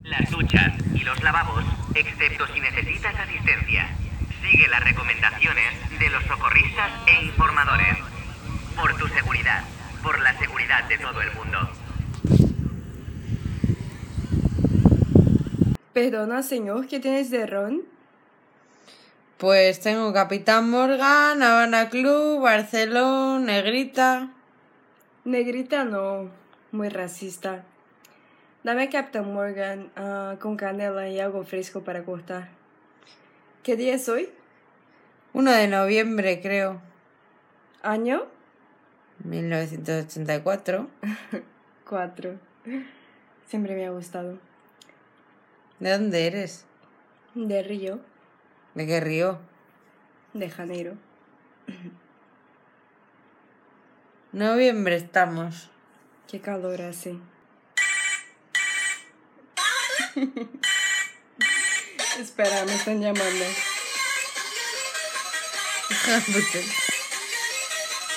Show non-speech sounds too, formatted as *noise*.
Las duchas y los lavabos, excepto si necesitas asistencia. Sigue las recomendaciones de los socorristas e informadores. Por tu seguridad, por la seguridad de todo el mundo. Perdona, señor, ¿qué tienes de ron? Pues tengo Capitán Morgan, Habana Club, Barcelona, Negrita. Negrita no, muy racista. Dame Captain Morgan ah, con canela y algo fresco para cortar. ¿Qué día es hoy? 1 de noviembre, creo. ¿Año? 1984. Cuatro. Siempre me ha gustado. ¿De dónde eres? De Río, ¿De qué río? de Janeiro. Noviembre estamos. Qué calor hace. *laughs* Espera, me están llamando. Pues,